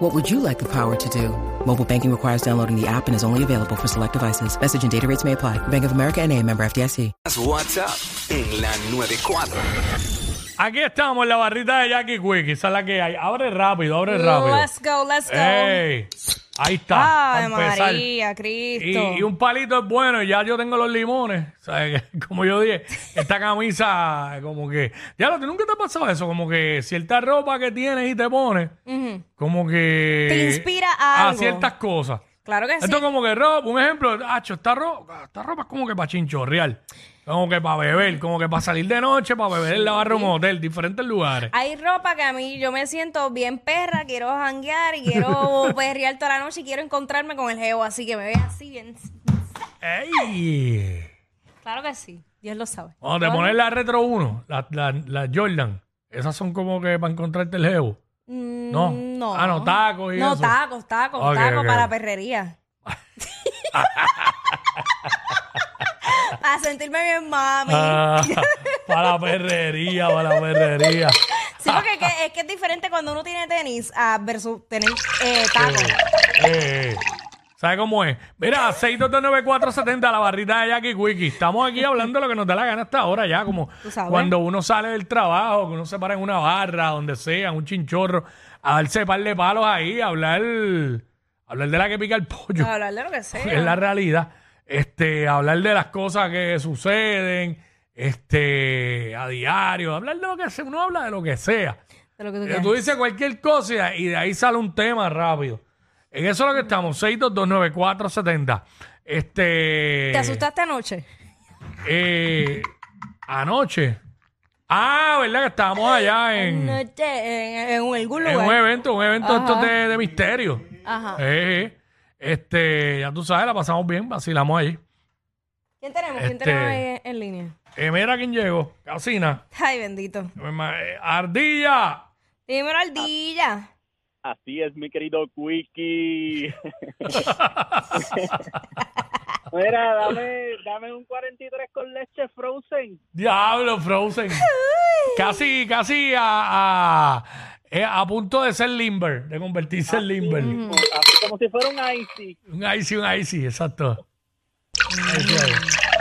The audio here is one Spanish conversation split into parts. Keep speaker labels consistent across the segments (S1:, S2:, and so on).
S1: What would you like the power to do? Mobile banking requires downloading the app and is only available for select devices. Message and data rates may apply. Bank of America and a member FDIC.
S2: WhatsApp en la 94.
S3: Aquí estamos en la barrita de Jackie Quick, esa es la que hay. Abre rápido, abre rápido.
S4: Let's go, let's go.
S3: ¡Ey! Ahí está.
S4: Ave
S3: para empezar.
S4: María,
S3: Y,
S4: Cristo.
S3: y un palito es bueno, y ya yo tengo los limones. ¿sabes? Como yo dije, esta camisa, como que. Ya lo nunca te ha pasado eso, como que cierta ropa que tienes y te pones, como que.
S4: Te inspira a algo.
S3: ciertas cosas.
S4: Claro que sí.
S3: Esto es como que ropa, un ejemplo, acho, esta ropa, esta ropa es como que para chinchorrear, como que para beber, como que para salir de noche, para beber en la barra de un hotel, diferentes lugares.
S4: Hay ropa que a mí yo me siento bien perra, quiero janguear y quiero perrear toda la noche y quiero encontrarme con el geo, así que me ve así bien.
S3: ¡Ey!
S4: Claro que sí, Dios lo sabe.
S3: Cuando te
S4: Yo-
S3: pones la Retro 1, la, la, la Jordan, esas son como que para encontrarte el jevo.
S4: Mm,
S3: No.
S4: no.
S3: Ah, no, tacos y
S4: No,
S3: eso.
S4: tacos, tacos,
S3: Ok,
S4: tacos
S3: ok.
S4: para la perrería. para sentirme bien mami.
S3: Ah, para la perrería, para la perrería.
S4: Sí, porque es que, es que es diferente cuando uno tiene tenis a versus tener eh, tacos.
S3: Eh, ¿Sabes cómo es? Mira, 6229470, la barrita de Jackie Wiki. Estamos aquí hablando de lo que nos da la gana hasta ahora ya, como
S4: Tú sabes.
S3: cuando uno sale del trabajo, que uno se para en una barra, donde sea, en un chinchorro, a darse par de palos ahí, a hablar, a hablar de la que pica el pollo.
S4: Hablar de lo que sea.
S3: es la realidad. Este, hablar de las cosas que suceden, este, a diario, hablar de lo que sea, uno habla de lo que sea.
S4: De lo que tú
S3: Eh,
S4: quieras.
S3: Tú dices cualquier cosa y de ahí sale un tema rápido. En eso es lo que estamos, 6229470. Este.
S4: ¿Te asustaste anoche?
S3: eh, anoche. Ah, ¿verdad? Que estábamos allá en, en
S4: Anoche, en, en algún lugar.
S3: un evento, un evento de estos de, de misterio.
S4: Ajá.
S3: Eh, eh. este, ya tú sabes, la pasamos bien, vacilamos allí.
S4: ¿Quién tenemos? ¿Quién
S3: Este-
S4: tenemos ahí en, en línea?
S3: Eh, mira quién llegó. Casina.
S4: Ay, bendito.
S3: Mi ma- eh, Ardilla.
S4: Dímelo, Ardilla.
S5: Así es, mi querido Quickie. Mira, dame, dame un 43 con leche frozen.
S3: Diablo, Frozen. casi, casi a, a, eh, a punto de ser Limber, de convertirse
S5: Ah,
S3: en Limber.
S5: Así como si fuera un icy.
S3: Un icy, un icy, exacto. Icy ahí.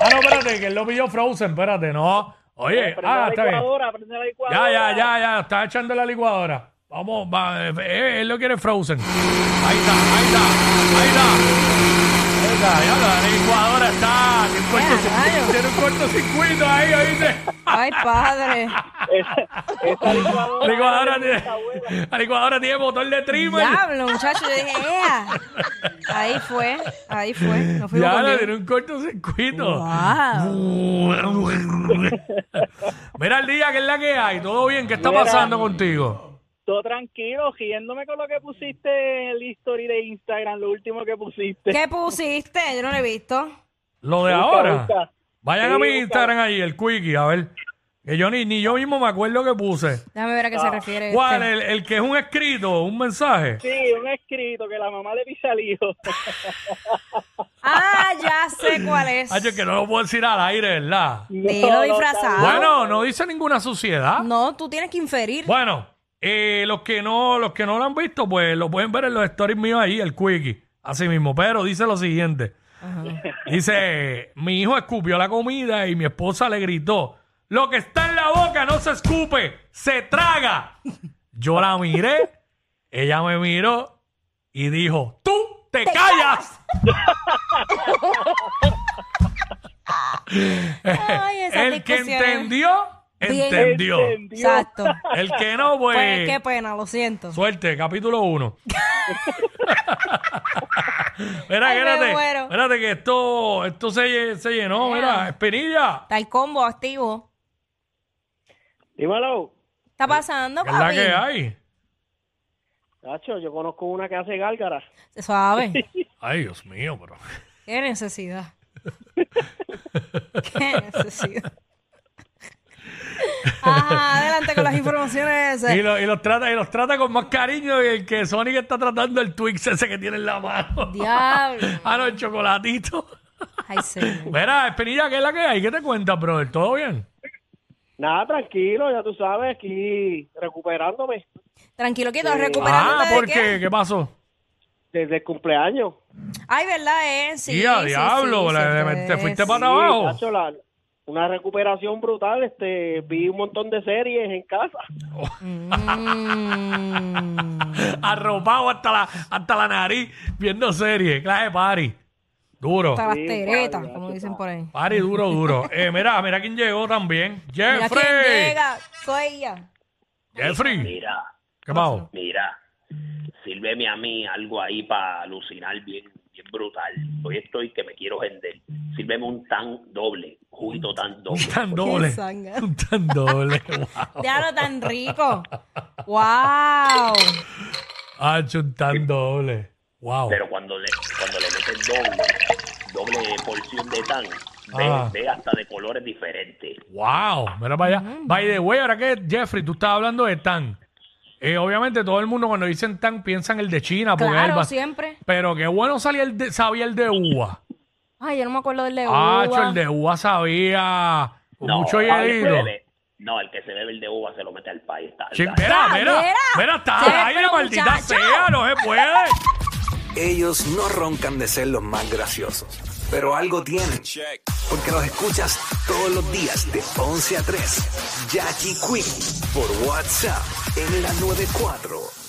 S3: Ah, no, espérate, que él lo pilló Frozen, espérate, no. Oye,
S5: Prende
S3: ah,
S5: la
S3: está bien.
S5: licuadora, prende la
S3: Ya,
S5: licuadora.
S3: ya, ya, ya, está echando la licuadora. Vamos, va, eh, eh, él lo quiere Frozen. Ahí está, ahí está, ahí está. Ahí está, ya la licuadora está. Tiene un cortocircuito-
S4: rayos.
S3: Tiene un cortocircuito ahí, oíste.
S4: Ay, padre.
S5: Esa, esa licuadora.
S3: La licuadora,
S5: era de mis abuelos.
S3: tiene, la licuadora tiene motor de trimmer.
S4: Diablo, muchacho. Yo dije, ¡ea! Ahí fue, ahí fue. No fuimos
S3: Ya,
S4: con
S3: le
S4: Dios.
S3: tiene un cortocircuito.
S4: Wow.
S3: Mira el día que es la que hay. ¿Todo bien? ¿Qué está
S5: Mira.
S3: pasando contigo?
S5: Todo tranquilo, riéndome con lo que pusiste en el history de Instagram, lo último que pusiste.
S4: ¿Qué pusiste? Yo no lo he visto.
S3: Lo de
S5: Busca,
S3: ahora.
S5: busca.
S3: Vayan
S5: Sí,
S3: a mi
S5: busca.
S3: Instagram ahí, el quickie, a ver. Que yo ni, ni yo mismo me acuerdo que puse.
S4: Déjame ver a qué se refiere.
S3: Ah, ¿Cuál?
S4: este.
S3: El, el que es un escrito, un mensaje.
S5: Sí, un escrito que la mamá le pisa al hijo.
S4: Ah, ya sé cuál es.
S3: Ay, yo que no lo puedo decir al aire, ¿verdad?
S4: Dilo
S5: No, no,
S4: disfrazado.
S3: Bueno, no dice ninguna suciedad.
S4: No, tú tienes que inferir.
S3: Ah. Bueno, eh, los que no, los que no lo han visto, pues lo pueden ver en los stories míos ahí, el quickie. Así mismo, pero dice lo siguiente. Dice, mi hijo escupió la comida y mi esposa le gritó, lo que está en la boca no se escupe, se traga. Yo la miré, ella me miró y dijo, tú te, callas.
S4: Ay, esas
S3: el que
S4: discusiones.
S3: entendió,
S4: Bien.
S3: entendió.
S5: Entendió.
S4: Exacto.
S3: El que no, pues.
S4: Pues qué pena, lo siento.
S3: Suerte, capítulo 1. Mira,
S4: Ay, me
S3: espérate.
S4: muero.
S3: Espérate que esto, esto se, lle- se llenó. Mira, Espinilla.
S4: Está el combo activo.
S5: Dímelo.
S4: ¿Está pasando,
S3: ¿Qué es la
S4: papi?
S3: que hay?
S5: Nacho, yo conozco una que hace gárgaras.
S4: Se sabe.
S3: Ay, Dios mío, pero.
S4: Qué necesidad. Qué necesidad. Ajá, adelante con las informaciones.
S3: Y, lo- y los trata, y los trata con más cariño que el que Sonic está tratando el Twix ese que tiene en la mano.
S4: Diablo.
S3: ah, no, el chocolatito.
S4: Ay, señor.
S3: Mira, Espinilla, ¿qué es la que hay? ¿Qué te cuentas, brother? ¿Todo bien?
S5: Nada, tranquilo, ya tú sabes, aquí recuperándome
S4: Tranquilo, quieto, recuperándote
S3: Ah,
S4: de
S3: ¿por
S4: qué?
S3: qué? ¿Qué pasó?
S5: desde el cumpleaños.
S4: Ay, ¿verdad? Eh? Sí,
S3: Y a
S4: sí,
S3: diablo,
S4: sí,
S3: la-
S4: sí,
S3: le-
S4: sí,
S3: te fuiste
S4: sí.
S3: para abajo.
S5: Nacho, la- una recuperación brutal. Este, vi un montón de series en casa.
S4: Mm.
S3: Arropado hasta la, hasta la nariz, viendo serie, clase de party. Duro.
S4: Hasta las
S5: Sí,
S4: teretas,
S5: Pablo,
S4: como
S5: tú
S4: dicen por ahí.
S3: Party duro, duro. Eh, mira, mira quién llegó también.
S4: Mira quién
S3: Jeffrey.
S4: llega, soy ella.
S3: Jeffrey.
S6: Mira,
S3: ¿Qué pasó?
S6: mira, sírveme a mí algo ahí para alucinar bien, bien brutal. Hoy estoy que me quiero vender. Sírveme un tan doble, juguito tan doble.
S3: Un tan doble.
S4: sanga.
S3: Un tan doble. Wow.
S4: Déjalo tan rico. ¡Wow!
S3: Ah, un tan doble. Wow.
S6: Pero cuando le, cuando le metes doble, doble porción de tan, ve,
S3: Ah.
S6: ve hasta de colores diferentes.
S3: Wow. Mira para
S4: Mm.
S3: allá. By the way, ahora que Jeffrey, tú estabas hablando de tan. Eh, obviamente todo el mundo cuando dicen tan piensa en el de China. Porque es el
S4: Claro,
S3: ba-
S4: siempre.
S3: Pero qué bueno salía el de, sabía el de uva.
S4: Ay, yo no me acuerdo del de
S3: Ah, cho,
S4: uva.
S3: el de uva sabía. Con mucho
S6: el que se
S3: hielito.
S6: bebe- no, el que se bebe el de uva se lo mete al país. Está,
S3: Che,
S6: está-
S3: Espera, espera,
S4: Ah, mira.
S3: espera, está
S4: Sí,
S3: al aire,
S4: pero
S3: maldita
S4: muchacho.
S3: sea, no se puede.
S2: Ellos no roncan de ser los más graciosos, pero algo tienen. Porque los escuchas todos los días de 11 a 3. Jackie Quinn por WhatsApp en la 94.